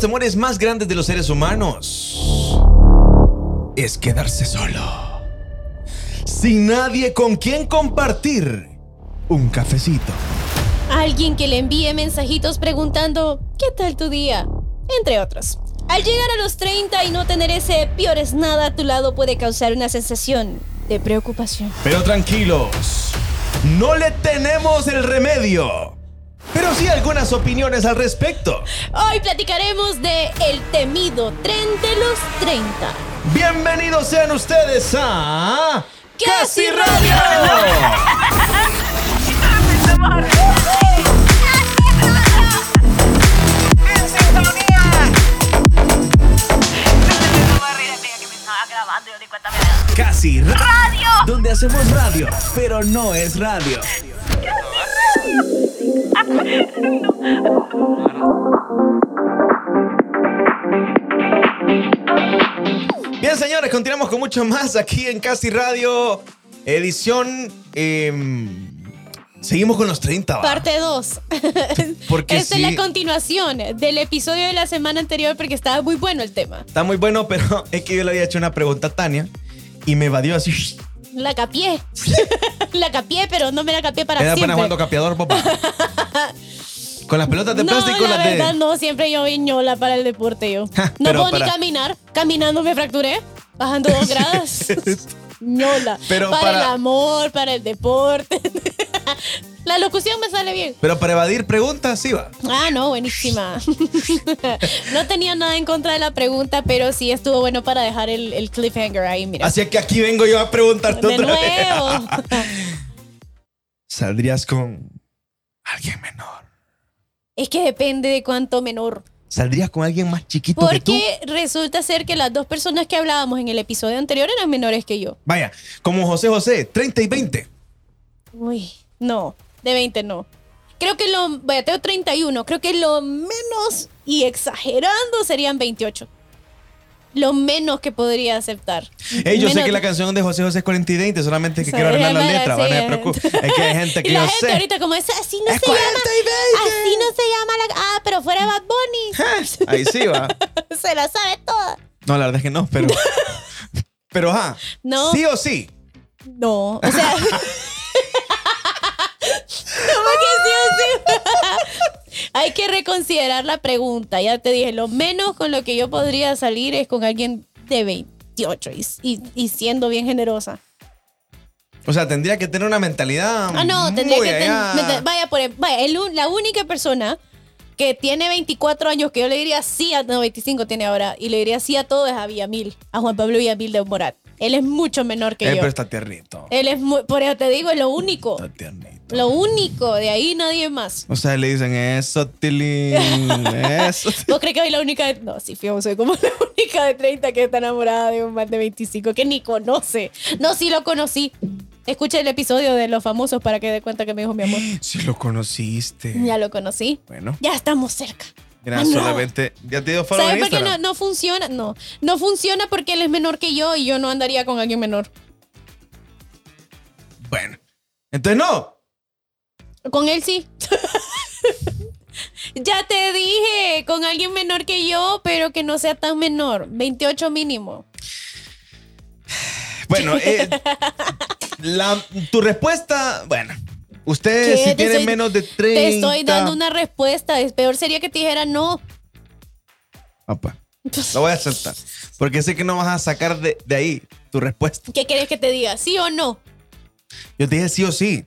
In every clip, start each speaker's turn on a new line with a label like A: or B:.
A: temores más grandes de los seres humanos es quedarse solo. Sin nadie con quien compartir un cafecito.
B: Alguien que le envíe mensajitos preguntando, ¿qué tal tu día? Entre otros. Al llegar a los 30 y no tener ese piores nada a tu lado puede causar una sensación de preocupación.
A: Pero tranquilos, no le tenemos el remedio. Pero sí algunas opiniones al respecto.
B: Hoy platicaremos de el temido tren de los 30.
A: Bienvenidos sean ustedes a...
B: ¡Casi Radio!
C: En sintonía. grabando yo di cuenta me da.
A: Casi Radio. Donde hacemos radio, pero no es radio. Bien, señores, continuamos con mucho más aquí en Casi Radio. Edición. em, seguimos con los 30. ¿va?
B: Parte 2.
A: Porque
B: Esta
A: sí.
B: es la continuación del episodio de la semana anterior porque estaba muy bueno el tema.
A: Está muy bueno, pero es que yo le había hecho una pregunta a Tania y me evadió así.
B: La capié. la capié, pero no me la capié para
A: Era apenas
B: siempre.
A: jugando capeador, papá. Con las pelotas de
B: no,
A: plástico,
B: la
A: las de.
B: verdad no, siempre yo viñola para el deporte yo.
A: Ja,
B: No
A: pero
B: puedo
A: para-
B: ni caminar, caminando me fracturé, bajando dos gradas. ñola.
A: Pero
B: para, el
A: para-
B: amor, para el deporte. la locución me sale bien.
A: Pero para evadir preguntas, sí va.
B: Ah, no, buenísima. no tenía nada en contra de la pregunta, pero sí estuvo bueno para dejar el, el cliffhanger ahí, mira.
A: Así es que aquí vengo yo a preguntarte
B: de
A: otra
B: nuevo.
A: vez. ¿Saldrías con alguien menor?
B: es que depende de cuánto menor.
A: ¿Saldrías con alguien más chiquito que tú?
B: Porque resulta ser que las dos personas que hablábamos en el episodio anterior eran menores que yo.
A: Vaya, como José José, 30 y 20.
B: Uy, no, de 20 no. Creo que lo, vaya, tengo 31, creo que lo menos y exagerando serían 28. Lo menos que podría aceptar.
A: Ey, yo sé
B: Menos-
A: que la canción de José José es 40 y 20, solamente que
B: Sí,
A: quiero arreglar la
B: bueno,
A: letra,
B: sí,
A: va, no se
B: eh.
A: preocupe. Es que hay gente que
B: y la
A: yo
B: gente
A: sé.
B: ahorita como es así no
A: ¡Es
B: se
A: 40
B: llama.
A: y 20!
B: Así no se llama la Ah, pero fuera Bad Bunny.
A: Ahí sí va.
B: se la sabe toda.
A: No, la verdad es que no, pero. Pero ajá.
B: No.
A: Sí o sí.
B: No, o sea. ¿Cómo que sí o sí? Hay que reconsiderar la pregunta. Ya te dije, lo menos con lo que yo podría salir es con alguien de 28 y, y- y siendo bien generosa.
A: O sea, tendría que tener una mentalidad.
B: Ah, no, tendría
A: Mm, muy
B: que. ten-
A: allá.
B: me- vaya, por el- vaya, el un- la única persona que tiene 24 años que yo le diría sí a. No, 25 tiene ahora. Y le diría sí a todo es a Villamil, a Juan Pablo Villamil de Morat. Él es mucho menor que
A: Eh,
B: yo.
A: pero está tiernito.
B: Él es muy. Por eso te digo, es lo único.
A: Está tiernito.
B: Lo único, de ahí nadie más.
A: O sea, le dicen eso, Tilly. Eso.
B: ¿Vos crees que soy la única de... No, sí, fío, soy como la única de 30 que está enamorada de un man de 25 que ni conoce. No, sí lo conocí. Escucha el episodio de Los Famosos para que dé cuenta que me dijo mi amor.
A: Si lo conociste.
B: Ya lo conocí.
A: Bueno,
B: Ya estamos cerca.
A: mira,
B: Ah, no.
A: solamente. Ya te dio follow
B: ¿Sabes
A: en
B: por qué no,
A: Instagram.
B: no funciona? No, no funciona porque él es menor que yo y yo no andaría con alguien menor.
A: Bueno. Entonces no.
B: Con él sí. ya te dije, con alguien menor que yo, pero que no sea tan menor. 28 mínimo.
A: Bueno, eh, la- tu respuesta, bueno. Usted,
B: ¿Qué?
A: si
B: Te
A: tiene
B: estoy-
A: menos de 30.
B: Te estoy dando una respuesta. Es peor sería que te dijera no.
A: Ah, pues, Lo voy a aceptar. Porque sé que no vas a sacar de, de ahí tu respuesta.
B: ¿Qué quieres que te diga? ¿Sí o no?
A: Yo te dije sí o sí.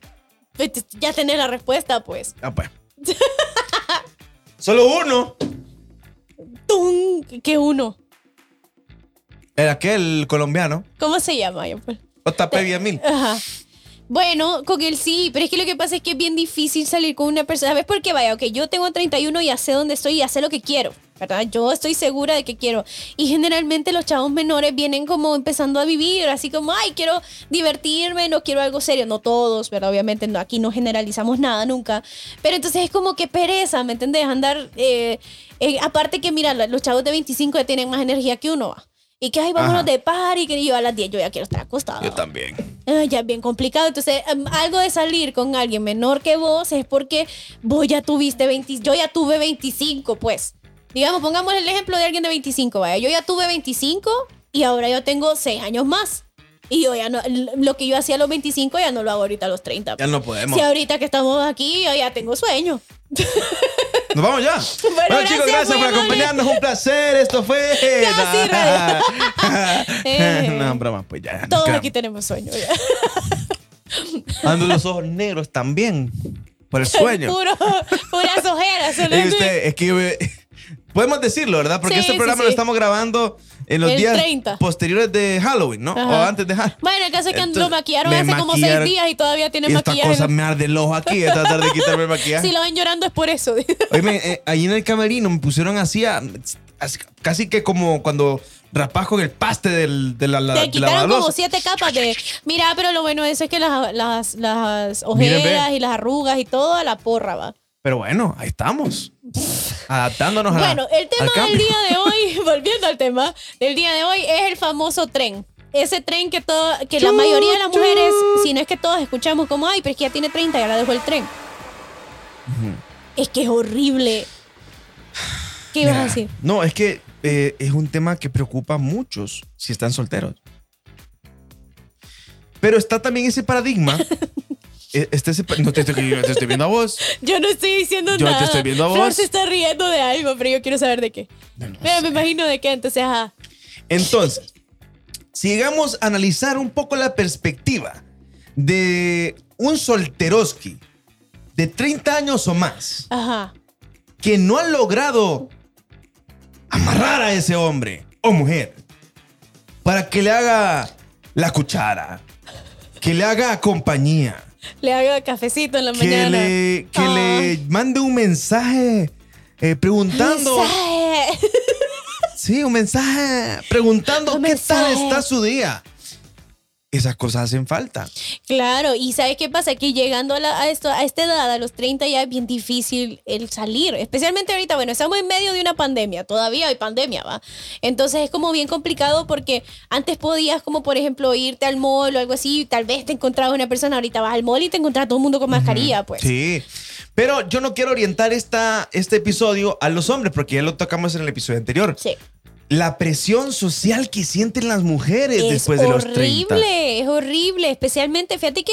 B: Pues, Ya tenés la respuesta, pues.
A: Ah, pues. Solo uno.
B: ¡Tum! ¿Qué uno?
A: Era aquel colombiano.
B: ¿Cómo se llama? Yo, pues.
A: JP Villamil.
B: Ajá. Bueno, con él sí, pero es que lo que pasa es que es bien difícil salir con una persona. ¿Sabes por qué? Vaya, ok, yo tengo 31 y ya sé dónde estoy y ya sé lo que quiero, ¿verdad? Yo estoy segura de que quiero. Y generalmente los chavos menores vienen como empezando a vivir, así como, ay, quiero divertirme, no quiero algo serio. No todos, ¿verdad? Obviamente no, aquí no generalizamos nada nunca. Pero entonces es como que pereza, ¿me entendés? Andar, eh, eh, aparte que mira, los chavos de 25 ya tienen más energía que uno. ¿va? Y que, ay, vámonos
A: Ajá.
B: de par y que yo a las 10 yo ya quiero estar acostado.
A: también.
B: Ah, ya bien complicado. Entonces, em, algo de salir con alguien menor que vos es porque vos ya tuviste 20, yo ya tuve 25, pues. Digamos, pongamos el ejemplo de alguien de 25, vaya. Yo ya tuve 25 y ahora yo tengo 6 años más. Y yo ya no, lo que yo hacía a los 25 ya no lo hago ahorita a los 30.
A: Ya no podemos.
B: Si ahorita que estamos aquí, yo ya tengo sueño.
A: Nos vamos ya.
B: Bueno,
A: chicos,
B: gracias,
A: gracias
B: muy
A: por
B: amable.
A: acompañarnos. Un placer. Esto fue.
B: Casi radio.
A: no, broma, pues ya.
B: Todos
A: nos
B: Eh. aquí tenemos sueño. ya.
A: quedamos. Ando los ojos negros también. Por el sueño.
B: Puro, puras ojeras. solo
A: Ey,
B: es-
A: usted, es que eh, podemos decirlo, ¿verdad? Porque
B: Sí,
A: este
B: sí,
A: programa lo
B: sí.
A: estamos grabando en los
B: El
A: días
B: 30.
A: posteriores de Halloween, ¿no? O
B: Ajá.
A: antes de Halloween.
B: Bueno, el caso es que
A: Entonces,
B: lo maquillaron
A: me
B: hace como seis
A: maquillaron.
B: días y todavía tiene
A: Y esta
B: maquillaje.
A: cosa me arde el ojo aquí, de tratar de quitarme el maquillaje.
B: Si lo ven llorando es por eso.
A: Oíme, eh, ahí en el camerino me pusieron así, a- así- casi que como cuando rapas con el paste del, de la, la,
B: Te
A: de la
B: quitaron como
A: balosa.
B: siete capas de. Mira, pero lo bueno de eso es que las, las, las
A: Miren, ve.
B: ojeras y las arrugas y todo a la porra va.
A: Pero bueno, ahí estamos. Adaptándonos a-
B: Bueno, el tema
A: al
B: del
A: cambio.
B: día de hoy, volviendo al tema del día de hoy, es el famoso tren. Ese tren que todo, que la
A: Chu,
B: mayoría de las
A: chu.
B: mujeres, si no es que todas escuchamos como, ay, pero es que ya tiene 30 y ahora dejó el tren. Es que es horrible. ¿Qué ibas a
A: Mira,
B: decir?
A: No, es que eh, es un tema que preocupa a muchos si están solteros. Pero está también ese paradigma. eh, está ese pa- no te estoy, yo te estoy viendo a vos.
B: Yo no estoy diciendo
A: Yo te
B: nada.
A: estoy viendo a
B: Flor
A: vos.
B: se está riendo de algo, pero yo quiero saber de qué.
A: No, no
B: Pero
A: sé.
B: me imagino de qué, entonces, ajá.
A: Entonces, si llegamos a analizar un poco la perspectiva de un solteroski de 30 años o más
B: Ajá.
A: que no ha logrado amarrar a ese hombre o mujer para que le haga la cuchara, que le haga compañía,
B: Le hago cafecito en la
A: que,
B: mañana.
A: le, que
B: Ah.
A: le mande un mensaje eh,
B: Ah.
A: preguntando.
B: Mensaje.
A: Sí, un mensaje preguntando
B: Un
A: qué tal
B: mensaje.
A: está su día. Esas cosas hacen falta.
B: Claro, y ¿sabes qué pasa? Que llegando a, la- a esto, a esta edad, a los 30, ya es bien difícil el salir. Especialmente ahorita, bueno, estamos en medio de una pandemia, todavía hay pandemia, ¿va? Entonces es como bien complicado porque antes podías como, por ejemplo, irte al mall o algo así, y tal vez te encontrabas una persona, ahorita vas al mall y te encuentras todo el mundo con mascarilla, pues.
A: Sí. Pero yo no quiero orientar esta, este episodio a los hombres, porque ya lo tocamos en el episodio anterior.
B: Sí.
A: La presión social que sienten las mujeres
B: Es
A: después de los 30.
B: horrible, es horrible, especialmente, fíjate que,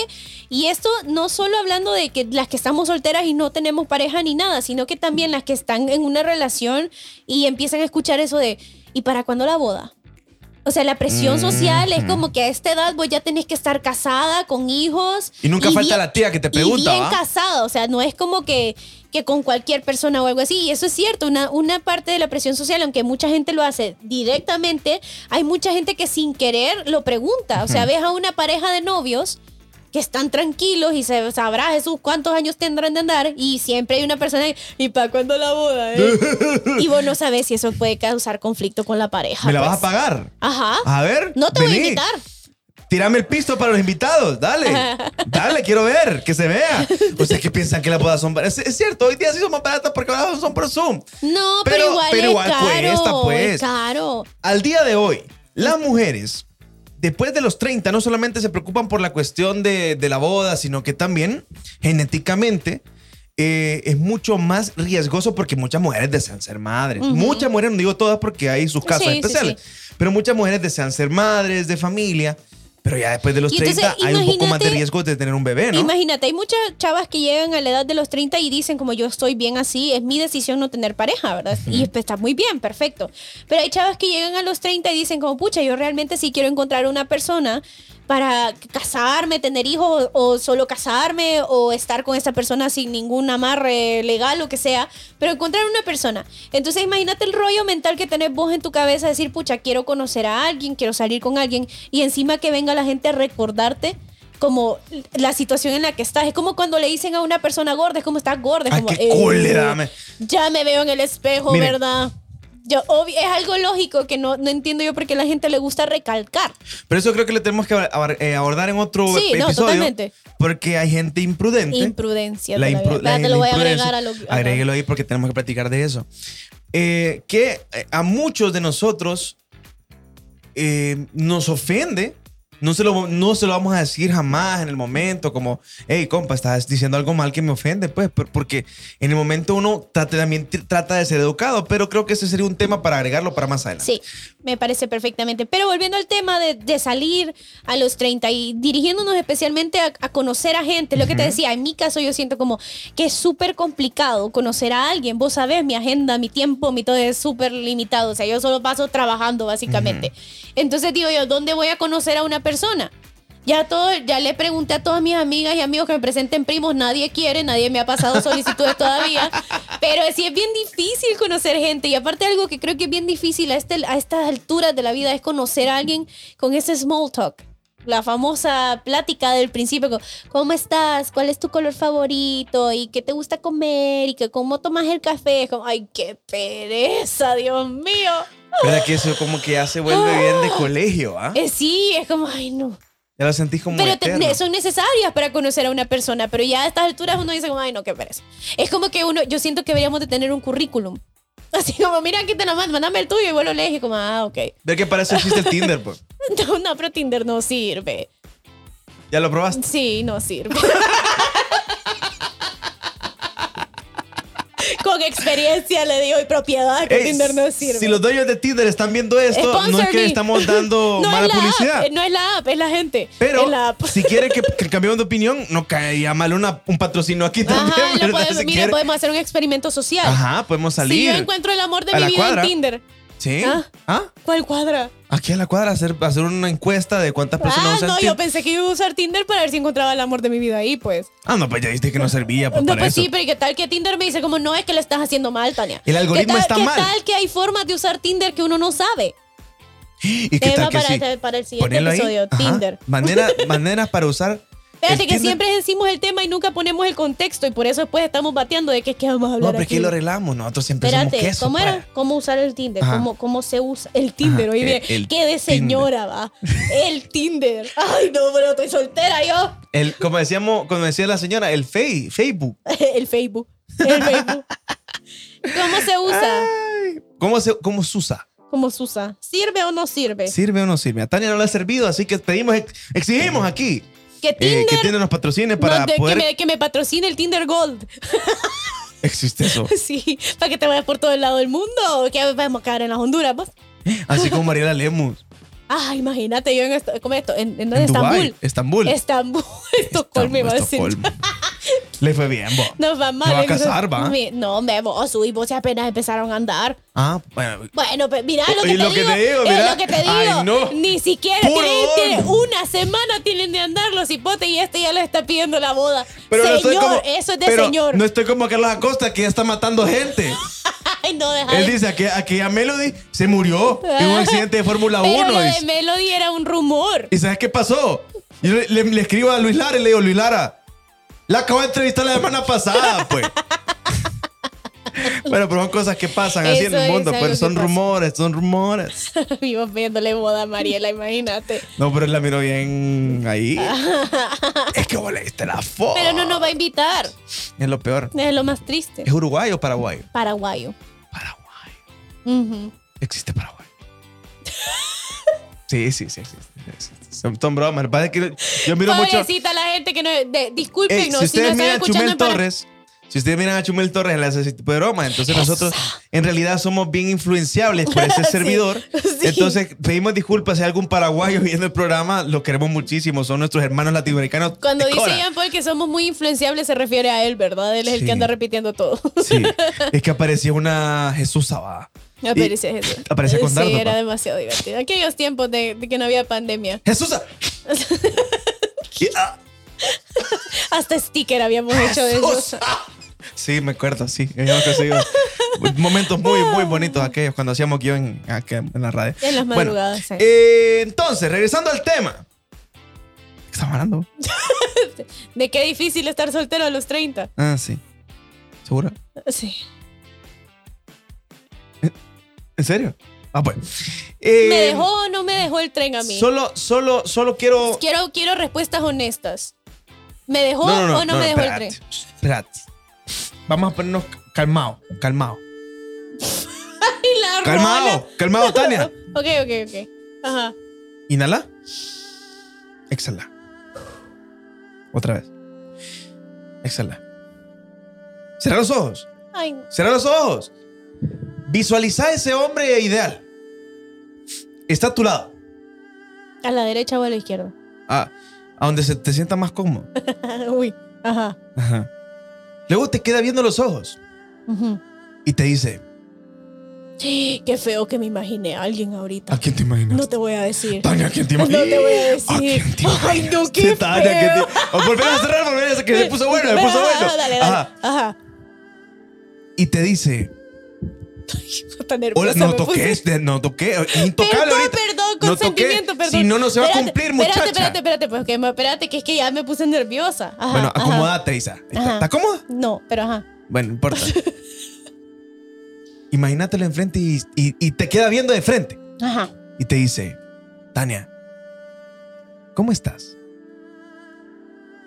B: y esto no solo hablando de que las que estamos solteras y no tenemos pareja ni nada, sino que también las que están en una relación y empiezan a escuchar eso de, ¿y para cuándo la boda? O sea, la
A: Mm,
B: presión social es como que a esta edad vos ya tenés que estar casada, con hijos.
A: Y nunca falta
B: bien-
A: la tía que te
B: y
A: pregunta,
B: bien
A: ¿va?
B: casada, o sea, no es como que, que con cualquier persona o algo así. Y eso es cierto, una, una parte de la presión social, aunque mucha gente lo hace directamente, hay mucha gente que sin querer lo pregunta. O sea, ves a una pareja de novios que están tranquilos y se sabrá Jesús cuántos años tendrán de andar y siempre hay una persona que, y para cuándo la boda eh?" y vos no sabes si eso puede causar conflicto con la pareja
A: ¿Me la
B: pues.
A: vas a pagar?
B: ajá
A: A ver.
B: no te voy a
A: vení.
B: invitar
A: Tírame el pisto para los invitados, dale. Dale, quiero ver, que se vea. Ustedes que piensan que las bodas son baratas. Es, es cierto, hoy día sí son más baratas porque las bodas son por Zoom.
B: no pero,
A: Pero-
B: igual
A: pero
B: es
A: igual
B: caro
A: cuesta, pues.
B: es caro
A: Al día de hoy, las mujeres, después de los 30, no solamente se preocupan por la cuestión de, de la boda, sino que también genéticamente eh, es mucho más riesgoso porque muchas mujeres desean ser madres. Muchas mujeres, no digo todas porque hay sus casos
B: Sí, sí,
A: especiales, pero muchas mujeres desean ser madres de familia. Pero ya después de los
B: Y entonces,
A: 30 hay un poco más de
B: imagínate-
A: riesgo de tener un bebé, ¿no?
B: Imagínate, hay muchas chavas que llegan a la edad de los 30 y dicen como yo estoy bien así, es mi decisión no tener pareja, ¿verdad? Y pues, está muy bien, perfecto. Pero hay chavas que llegan a los 30 y dicen como, pucha, yo realmente sí quiero encontrar una persona para casarme, tener hijos o, o solo casarme o estar con esa persona sin ningún amarre legal o que sea, pero encontrar una persona. Entonces imagínate el rollo mental que tenés vos en tu cabeza, decir, pucha, quiero conocer a alguien, quiero salir con alguien y encima que venga la gente a recordarte como la situación en la que estás. Es como cuando le dicen a una persona gorda, es como estás gorda. Es
A: Ay,
B: como,
A: qué
B: "Eh,
A: cólera, me-
B: Ya me veo en el espejo,
A: Miren.
B: ¿verdad? Yo, obvi- es algo lógico que no, no entiendo yo porque la gente le gusta recalcar.
A: Pero eso creo que lo tenemos que abar- eh, abordar en otro
B: Sí,
A: ep-
B: no,
A: episodio.
B: totalmente.
A: Porque hay gente imprudente.
B: Imprudencia.
A: La
B: te la
A: impru-
B: voy a-
A: la-
B: te
A: la
B: lo voy a
A: imprudencia.
B: agregar a lo ajá.
A: Agréguelo ahí porque tenemos que platicar de eso. Eh, que eh, a muchos de nosotros eh, nos ofende No se, lo, no se lo vamos a decir jamás en el momento, como, hey, compa, estás diciendo algo mal que me ofende, pues, por- porque en el momento uno trata, también tr- trata de ser educado, pero creo que ese sería un tema para agregarlo para más adelante.
B: Sí, me parece perfectamente. Pero volviendo al tema de, de salir a los 30 y dirigiéndonos especialmente a, a conocer a gente, lo que te decía, en mi caso yo siento como que es súper complicado conocer a alguien. Vos sabés, mi agenda, mi tiempo, mi todo es súper limitado. O sea, yo solo paso trabajando básicamente. Entonces digo yo, ¿dónde voy a conocer a una persona? Ya, todo, ya le pregunté a todas mis amigas y amigos que me presenten primos, nadie quiere, nadie me ha pasado solicitudes todavía. Pero sí es bien difícil conocer gente. Y aparte algo que creo que es bien difícil a, este, a estas alturas de la vida es conocer a alguien con ese small talk. La famosa plática del principio, co- ¿cómo estás? ¿Cuál es tu color favorito? ¿Y qué te gusta comer? ¿Y que cómo tomas el café? Es como, ay, qué pereza, Dios mío.
A: ¿Verdad que eso como que ya se vuelve bien de colegio, ah?
B: Eh, sí, es como, ay, no.
A: Ya lo sentís como
B: Pero te-
A: eterno.
B: son necesarias para conocer a una persona, pero ya a estas alturas uno dice, como, ay, no, qué pereza. Es como que uno, yo siento que deberíamos de tener un currículum. Así como, mira, aquí te la mando, mandame el tuyo y vos lo lees y como, ah, ok.
A: Ver que para eso existe el Tinder, pues.
B: No, no, pero Tinder no sirve.
A: ¿Ya lo probaste?
B: Sí, no sirve. Con experiencia le digo y propiedad que
A: Ey,
B: Tinder no sirve.
A: Si los dueños de Tinder están viendo esto, no es
B: Sponsor
A: que
B: me.
A: le estamos dando
B: No es
A: mala
B: la app,
A: publicidad.
B: eh, no es la app, es la gente.
A: Pero
B: es la app.
A: si quiere que, que cambiemos de opinión, no caería mal una, un patrocinio aquí también.
B: Ajá, lo
A: ¿verdad?
B: podemos-
A: Si
B: mira,
A: quiere.
B: podemos hacer un experimento social.
A: Ajá, podemos salir.
B: Si yo encuentro el amor de
A: a
B: mi
A: la
B: vida
A: cuadra.
B: en Tinder,
A: Sí.
B: Ah.
A: ¿Ah?
B: ¿cuál cuadra?
A: Aquí a la cuadra hacer, hacer una encuesta de cuántas
B: Ah,
A: personas usan
B: no,
A: Tinder.
B: yo pensé que iba a usar Tinder para ver si encontraba el amor de mi vida ahí, pues.
A: Ah, no, pues ya viste que no servía pues,
B: No,
A: para
B: pues
A: eso.
B: sí, pero ¿y qué tal que Tinder me dice como no es que lo estás haciendo mal, Tania?
A: El algoritmo
B: ¿Qué tal,
A: está
B: qué
A: mal.
B: tal que hay formas de usar Tinder que uno no sabe?
A: ¿Y qué
B: Tema
A: tal que
B: para,
A: sí?
B: este- para el siguiente
A: Ponelo ahí.
B: episodio,
A: Ajá.
B: Tinder.
A: Manera- maneras para usar. el
B: Fíjate que
A: Tinder.
B: siempre decimos el tema y nunca ponemos el contexto y por eso después estamos bateando de que es que vamos a
A: No,
B: hablar
A: pero es
B: aquí.
A: que lo arreglamos. Nosotros siempre
B: Espérate,
A: somos queso. pues.
B: ¿cómo era?
A: para-
B: ¿Cómo usar el Tinder?
A: Ajá.
B: ¿Cómo, ¿Cómo se usa el Tinder?
A: Ajá,
B: Oye, bien,
A: el- el
B: qué de señora va. El Tinder. Ay, no, pero estoy soltera yo.
A: El, como decíamos, como decía la señora, el Fei- Facebook.
B: El Facebook. El Facebook. ¿Cómo se usa?
A: Ay, ¿Cómo se, cómo se usa?
B: ¿Cómo se usa? ¿Sirve o no sirve?
A: ¿Sirve o no sirve? A Tania no le ha servido, así que pedimos, ex- exigimos aquí
B: Que
A: eh,
B: Tinder.
A: que tienen los patrocinios para
B: no, de-
A: poder.
B: que, me, que me patrocine el Tinder Gold.
A: Existe eso.
B: sí, para que te vayas por todo el lado del mundo. Que vamos a caer en las Honduras, pues.
A: Así como Mariela Lemus.
B: Ah, imagínate, yo en, esto, ¿cómo es esto? en, en dónde?
A: En Dubái. Estambul.
B: Estambul. Estambul, Estocolmo, iba a decir.
A: Estocolmo. Le fue bien, vos.
B: Nos va mal.
A: va a
B: entonces-
A: casar, va.
B: Mi- No, me vos y vos apenas empezaron a andar.
A: Ah, bueno.
B: Bueno, pues mira lo que,
A: Y
B: te,
A: lo que
B: digo,
A: te digo,
B: es
A: mira.
B: lo que te digo.
A: Ay, no.
B: Ni siquiera
A: Puro
B: tienen,
A: oro.
B: tienen- una semana tienen de andar los hipotes y este ya le está pidiendo la boda.
A: no estoy
B: señor,
A: como-
B: eso es de
A: pero
B: señor.
A: No estoy como Carlos Acosta que ya está matando gente.
B: Ay, no, deja
A: Él
B: de-
A: dice que aquella Melody se murió en un accidente de Fórmula
B: Pero
A: 1.
B: lo de
A: dice.
B: Melody era un rumor.
A: ¿Y sabes qué pasó? Yo le, le- le escribo a Luis Lara y le digo, Luis Lara, la acabo de entrevistar la semana pasada, pues. bueno, pero son cosas que pasan así en
B: Eso
A: el mundo,
B: es algo
A: pero
B: que
A: son
B: pasa.
A: rumores, son rumores.
B: Vivo pidiéndole boda a Mariela, imagínate.
A: No, pero él la miró bien ahí. es que vos le diste la foto.
B: Pero no nos va a invitar.
A: Es lo peor.
B: Es lo más triste.
A: ¿Es uruguayo o paraguayo?
B: Paraguayo.
A: Paraguay.
B: Ujú.
A: Existe Paraguay. sí, sí, sí, existe. existe. Son, son bromas. Lo que pasa es que yo miro mucho...
B: Pobrecita la gente que no. De, disculpen,
A: Ey,
B: no,
A: Eh, si
B: si
A: ustedes
B: no están
A: miran a
B: escuchando
A: Chumel
B: en Paraguay.
A: Torres, si ustedes miran a Chumel Torres, él hace ese tipo de broma. Entonces nosotros en realidad somos bien influenciables por ese
B: Sí,
A: servidor.
B: sí.
A: Entonces pedimos disculpas si hay algún paraguayo viendo el programa, lo queremos muchísimo, son nuestros hermanos latinoamericanos.
B: Cuando
A: de
B: dice
A: Cora.
B: Ian Paul que somos muy influenciables, se refiere a él, ¿verdad? Él es el
A: Sí.
B: que anda repitiendo todo.
A: Sí, es que aparecía una Jesús Sabá.
B: Aparecía
A: Y-
B: Jesús.
A: Aparecía con
B: Sí,
A: dardo.
B: era
A: pa.
B: demasiado divertido. Aquellos tiempos de, de que no había pandemia.
A: Jesús. Sa- ¿Qué? Ah,
B: Hasta sticker habíamos hecho de
A: Jesús
B: eso.
A: Sa- Sí, me acuerdo, sí. Habíamos conseguido Momentos muy, muy bonitos aquellos cuando hacíamos guión en, acá en la radio.
B: En las
A: Bueno,
B: madrugadas. sí.
A: eh, entonces, regresando al tema. ¿Qué estamos hablando?
B: de qué difícil estar soltero a los 30.
A: Ah, sí. ¿Seguro?
B: Sí.
A: ¿En serio? Ah, pues. Eh,
B: ¿Me dejó o no me dejó el tren a mí?
A: Solo, solo, solo quiero.
B: Quiero, quiero respuestas honestas. ¿Me dejó o no, me dejó el tren?
A: espérate, espérate. Vamos a ponernos calmado, calmado.
B: Y la rola.
A: Calmado, calmado, Tania.
B: Ok, ok, ok. Ajá.
A: Inhala. Exhala. Otra vez. Exhala. Cierra los ojos.
B: Ay, no.
A: Cierra los ojos. Visualiza ese hombre ideal. Está a tu lado.
B: a la derecha o a la izquierda.
A: A, a donde se te sienta más cómodo.
B: Uy, ajá.
A: Ajá. Luego te queda viendo los ojos
B: Ujú.
A: y te dice,
B: Qué feo que me imaginé a alguien ahorita.
A: ¿a quién te imaginas?
B: No te voy a decir.
A: Tania, ¿a quién te
B: No
A: imaginas?
B: te voy a
A: ¿A
B: decir.
A: quién te
B: Ay, no,
A: imaginaste,
B: qué
A: Tania, ¿a
B: feo.
A: quién te- O Volvemos a cerrar, volvemos a que se puso bueno, se
B: Bueno,
A: puso
B: ajá,
A: bueno.
B: Dale, dale.
A: Ajá.
B: Ajá.
A: Y te dice,
B: Tan nerviosa
A: hola, no
B: me puse.
A: toques, te- no toques, es intocable
B: Perdón,
A: ahorita.
B: perdón,
A: No toqué,
B: consentimiento, perdón.
A: Si no, no se va a cumplir, muchacha.
B: Espérate, espérate, espérate, pues, que me- espérate, que es que ya me puse nerviosa. Ajá,
A: Bueno,
B: ajá.
A: acomódate, Isa. ¿Está
B: Ajá.
A: está cómoda?
B: No, pero ajá.
A: Bueno, no importa. Imagínatelo enfrente y, y- y te queda viendo de frente.
B: Ajá.
A: Y te dice, Tania, ¿cómo estás?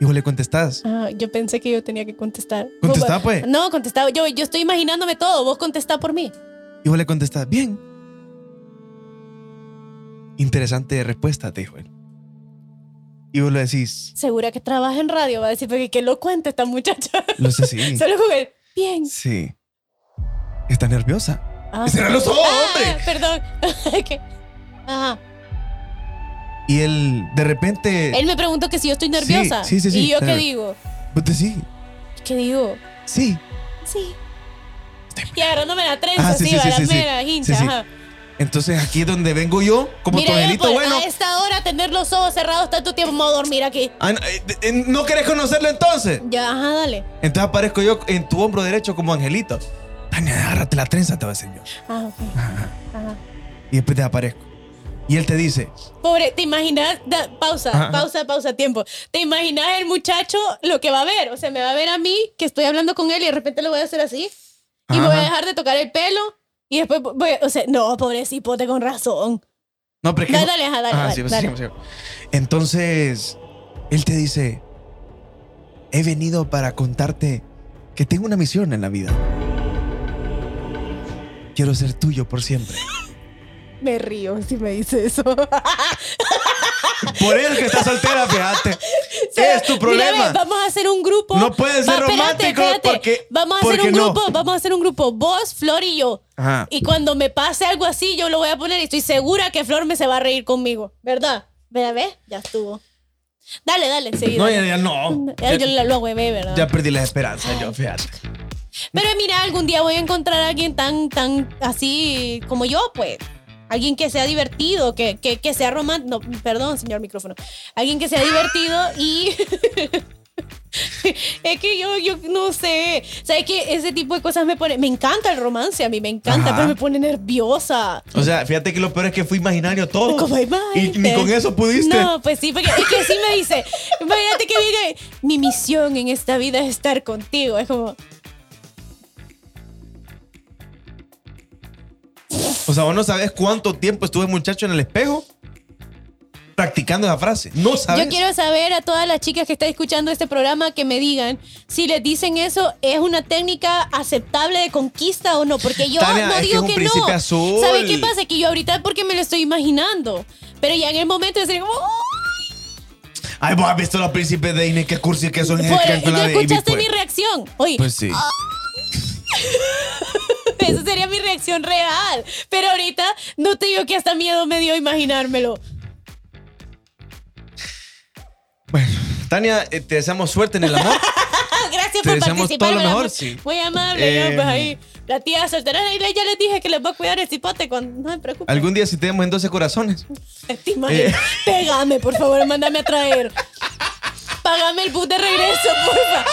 A: Hijo, le contestás.
B: ajá. Yo pensé que yo tenía que contestar.
A: Contestá, pues.
B: No, contestaba. Yo, yo estoy imaginándome todo. Vos contestá por mí.
A: Hijo, le contestás, bien. Interesante respuesta, te dijo él. Y vos le decís,
B: Segura que trabaja en radio, va a decir, porque qué elocuente esta muchacha.
A: lo sé, sí.
B: Solo con el, Bien.
A: Sí. ¿Estás nerviosa?
B: Ah.
A: ¡Cierra los ojos,
B: Ah,
A: Oh, hombre!
B: Perdón. Ok. Ajá.
A: Y él, de repente,
B: Él me preguntó que si yo estoy nerviosa.
A: sí, sí, sí,
B: ¿Y yo
A: está
B: qué
A: bien.
B: digo?
A: vos decís,
B: ¿Qué digo?
A: pues, sí.
B: Sí. Y agarrándome la trenza,
A: Ah, sí,
B: sí,
A: sí, sí, sí,
B: sí,
A: sí.
B: hincha.
A: Sí, sí.
B: ajá.
A: Entonces aquí es donde vengo yo, como tu
B: Mira, pues, ah,
A: angelito
B: Leopold,
A: bueno.
B: a esta hora tener los ojos cerrados tanto tiempo me voy a dormir aquí.
A: Ah, no, eh, eh, ¿No querés conocerlo entonces?
B: Ya, ajá, dale.
A: Entonces aparezco yo en tu hombro derecho como angelito. Tania, agárrate la trenza, te va a decir yo.
B: Ah, ok. Ajá.
A: Y después te aparezco. Y él te dice,
B: Pobre, ¿te imaginas? Da- pausa,
A: Ajá.
B: pausa, pausa, tiempo. ¿Te imaginas el muchacho lo que va a ver? O sea, me va a ver a mí que estoy hablando con él y de repente lo voy a hacer así. Y me voy
A: Ajá.
B: a dejar de tocar el pelo. Y después, voy- o sea, no, pobre cipote, con razón.
A: no, pero es que-
B: Dale, dale, ajá, dale,
A: Ajá,
B: dale,
A: sí, pues. sí,
B: dale.
A: sí, sí. Entonces, él te dice, he venido para contarte que tengo una misión en la vida. Quiero ser tuyo por siempre.
B: Me río si me dice eso.
A: Por él que está soltera, fíjate. es tu
B: Mira,
A: problema.
B: ve, vamos a hacer un grupo.
A: No puede ser
B: Va, espérate,
A: romántico
B: espérate.
A: porque-
B: vamos a
A: porque
B: hacer un
A: no.
B: grupo, vamos a hacer un grupo, vos, Flor y yo.
A: Ajá.
B: Y cuando me pase algo así, yo lo voy a poner y estoy segura que Flor me se va a reír conmigo, ¿verdad? ¿Verdad? ¿Ves? Ya estuvo. Dale, dale, seguí.
A: No,
B: dale.
A: ya, ya no.
B: Ya yo la- lo huevé, ¿verdad?
A: Ya perdí las esperanzas, yo, fíjate.
B: Pero mira, algún día voy a encontrar a alguien tan, tan así como yo, pues. Alguien que sea divertido, que, que, que sea romántico. No, perdón, señor micrófono. Alguien que sea divertido y. es que yo, yo no sé. ¿Sabes que Ese tipo de cosas me pone. Me encanta el romance, a mí me encanta,
A: Ajá.
B: pero me pone nerviosa.
A: O sea, fíjate que lo peor es que fue imaginario todo.
B: Como, "Ay,
A: Oh, Y
B: Maite".
A: ni con eso pudiste.
B: No, pues sí, porque es que sí me dice. Imagínate que viene. Mi misión en esta vida es estar contigo. Es como.
A: O sea, vos no sabes cuánto tiempo estuve muchacho en el espejo practicando esa frase. No sabes.
B: Yo quiero saber a todas las chicas que están escuchando este programa que me digan si les dicen eso es una técnica aceptable de conquista o no, porque yo
A: Tania, es
B: no
A: que es
B: digo
A: un
B: que,
A: príncipe
B: no.
A: azul.
B: ¿Sabe qué pasa? Que yo ahorita porque me lo estoy imaginando, pero ya en el momento de ser como "Oh",
A: Ay, vos has visto los príncipes de Disney que cursi que son en el
B: pues,
A: canto de
B: no
A: la Baby,
B: escuchaste
A: pues.
B: mi reacción. Oye,
A: Pues sí.
B: esa sería mi reacción real, pero ahorita no te digo que hasta miedo me dio imaginármelo.
A: Bueno, Tania, eh, te deseamos suerte en el amor.
B: Ah, Gracias
A: Te
B: por
A: deseamos
B: participar.
A: todo lo
B: mi amor.
A: mejor, sí.
B: Muy amable, yo,
A: Eh,
B: pues ahí. La tía soltera, ahí le- ya les dije que les va a cuidar el cipote. Cuando, no se preocupen.
A: Algún día si te vemos en 12 corazones.
B: Te imaginas.
A: Eh.
B: Pégame, por favor, mándame a traer. Págame el bus de regreso, porfa.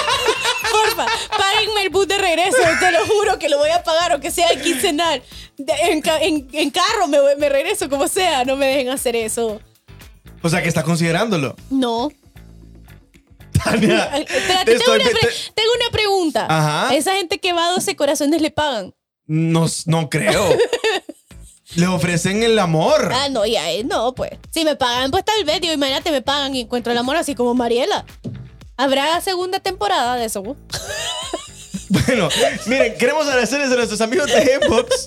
B: Porfa, páguenme el bus de regreso. Te lo juro que lo voy a pagar, aunque sea el quincenal. De- En, ca- en- en carro me, voy- me regreso, como sea. No me dejen hacer eso.
A: O sea, que estás considerándolo.
B: No.
A: Tania,
B: Ay, eh, espérate,
A: te
B: tengo,
A: estoy-
B: una pre-
A: te-
B: tengo una pregunta.
A: Ajá.
B: Esa gente que va a 12 corazones le pagan.
A: No, no creo. Le ofrecen el amor.
B: Ah, no, ya, eh, no, pues. Si me pagan, pues tal vez, digo, imagínate, me pagan y encuentro el amor así como Mariela. Habrá segunda temporada de eso.
A: Bueno, miren, queremos agradecerles a nuestros amigos de Inbox.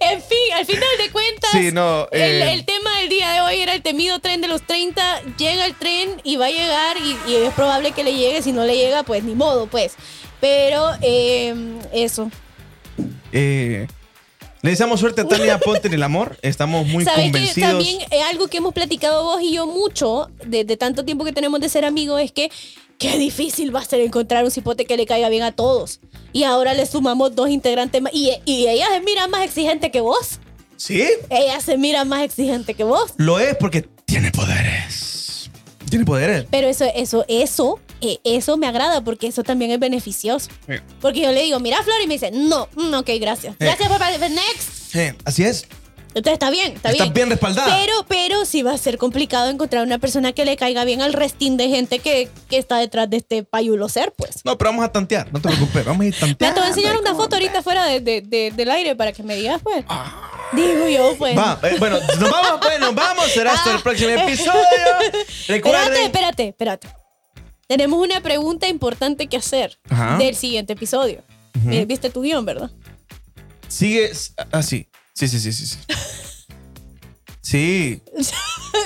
B: En fin, al final de cuentas,
A: Sí, no,
B: el,
A: eh,
B: el tema el día de hoy era el temido tren de los 30. Llega el tren y va a llegar y, y es probable que le llegue. Si no le llega, pues ni modo, pues. Pero eh, eso.
A: Eh, le deseamos suerte a Tania Ponte en el amor. Estamos muy
B: Sabes que
A: convencidos.
B: también eh, algo que hemos platicado vos y yo mucho, desde tanto tiempo que tenemos de ser amigos, es que qué difícil va a ser encontrar un cipote que le caiga bien a todos. Y ahora le sumamos dos integrantes más. Y, y ella se mira más exigente que vos.
A: Sí,
B: Ella se mira más exigente que vos.
A: lo es porque tiene poderes. Tiene poderes.
B: Pero eso, eso, eso, eh, eso me agrada porque eso también es beneficioso.
A: Eh,
B: Porque yo le digo, mira, Flor, y me dice, no, mm, ok, gracias. Gracias por participar. Next.
A: eh, así es.
B: Entonces está bien, está
A: Estás
B: bien.
A: bien respaldada.
B: Pero, pero sí va a ser complicado encontrar una persona que le caiga bien al restín de gente que, que está detrás de este payulo ser, pues.
A: No, pero vamos a tantear. No te preocupes. Vamos a ir
B: Mira,
A: tanteando.
B: te voy a enseñar
A: ahí
B: una
A: como-
B: foto ahorita fuera de- de- de- del aire para que me digas, pues. Digo yo, pues.
A: Ah. Va, eh, bueno, nos vamos, pues, nos vamos. Será hasta el próximo episodio.
B: Espérate,
A: Recuerden.
B: espérate, espérate. Tenemos una pregunta importante que hacer
A: Ajá.
B: del siguiente episodio. Eh, Viste tu guión, ¿verdad?
A: Sigue. Así. sí, sí, sí, sí, sí. Sí.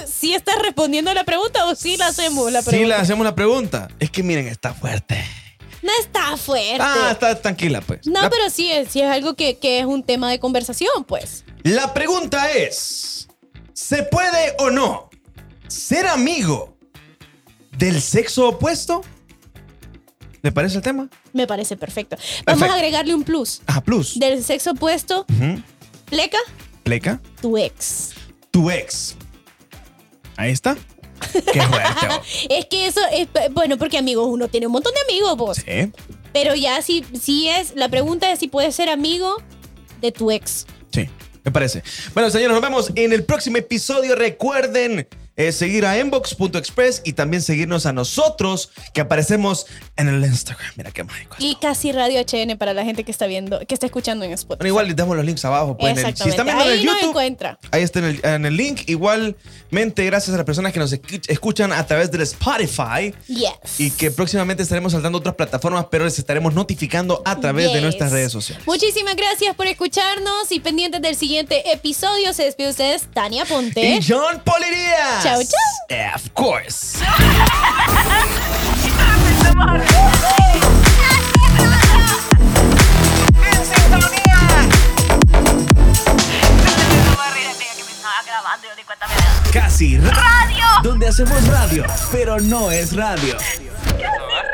B: ¿Sí estás respondiendo a la pregunta o sí la hacemos la
A: Sí,
B: pregunta?
A: le hacemos la pregunta. Es que miren, está fuerte.
B: No está fuerte.
A: Ah, está tranquila, pues.
B: Este. no,
A: la,
B: pero sí es, sí es algo que, que es un tema de conversación, pues.
A: la pregunta es: ¿se puede o no ser amigo del sexo opuesto? ¿Le parece el tema?
B: Me parece perfecto. Vamos
A: Perfecto.
B: a agregarle un plus.
A: Ajá, plus.
B: Del sexo opuesto,
A: Ujú.
B: pleca,
A: Pleca,
B: tu ex.
A: tu ex. Ahí está. Qué fuerte. vos.
B: Es que eso es, bueno, porque amigos, uno tiene un montón de amigos, vos.
A: Sí,
B: Pero ya si, si es, la pregunta es si puedes ser amigo de tu ex.
A: sí, me parece. Bueno, señores, nos vemos en el próximo episodio. Recuerden eh, seguir a inbox.express y también seguirnos a nosotros que aparecemos en el Instagram. Mira qué mágico.
B: Y casi Radio HN para la gente que está viendo, que está escuchando en Spotify.
A: Bueno, igual les damos los links abajo. Pues, en el- si están
B: Exactamente.
A: viendo en el
B: Ahí nos
A: YouTube,
B: encuentra.
A: ahí está en el, en el link. Igualmente, gracias a las personas que nos escu- escuchan a través del Spotify.
B: Yes.
A: Y que próximamente estaremos saltando otras plataformas, pero les estaremos notificando a través de
B: Yes.
A: nuestras redes sociales.
B: Muchísimas gracias por escucharnos y pendientes del siguiente episodio. Se despide ustedes, Tania Ponte.
A: Y John Polirías.
B: Chau, chau.
A: Eh, of course.
C: En sintonía. Yo me río, creía que me estaba grabando y yo ni cuenta me daba.
D: Casi ra-
C: ¡Radio!
D: donde hacemos radio, pero no es radio.
C: ¡Qué es radio!